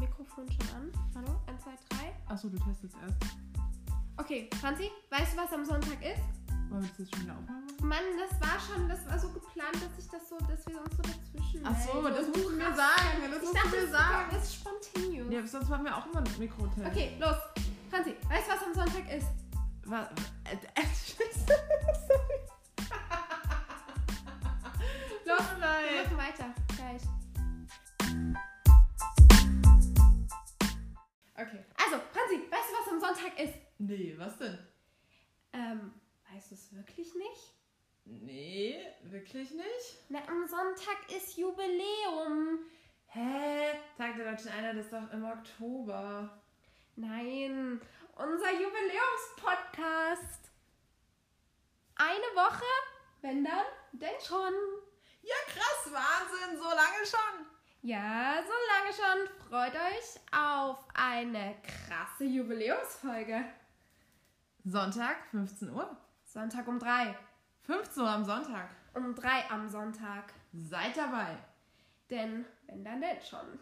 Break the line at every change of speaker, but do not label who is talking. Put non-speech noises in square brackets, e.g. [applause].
Mikrofon schon an. Hallo? 1, 2, 3.
Achso, du testest erst.
Okay, Franzi, weißt du, was am Sonntag ist?
Wollen wir das jetzt schon wieder aufnehmen?
Mann, das war schon, das war so geplant, dass ich das so, dass wir uns so dazwischen.
Ach so,
melden.
das
So
musst du mir
krass.
sagen, das
ich
musst
dachte,
du mir
das
sagen.
Das ist spontaneous.
Ja, sonst machen wir auch immer einen Mikrotest.
Okay, los. Franzi, weißt du, was am Sonntag ist?
Wa- äh, äh, [laughs] Sorry. [laughs]
Los,
Tut mir
wir
leid.
machen weiter. Gleich.
Okay.
Also, Franzi, weißt du, was am Sonntag ist?
Nee, was denn?
Ähm, weißt du es wirklich nicht?
Nee, wirklich nicht?
Na, am Sonntag ist Jubiläum.
Hä? Tag der Deutschen Einheit ist doch im Oktober.
Nein, unser Jubiläumspodcast. Eine Woche, wenn dann, denn schon.
Ja, krass, Wahnsinn, so lange schon.
Ja, so lange schon. Freut euch auf eine krasse Jubiläumsfolge.
Sonntag, 15 Uhr.
Sonntag um drei.
15 Uhr am Sonntag.
Um drei am Sonntag.
Seid dabei.
Denn wenn dann, denn schon.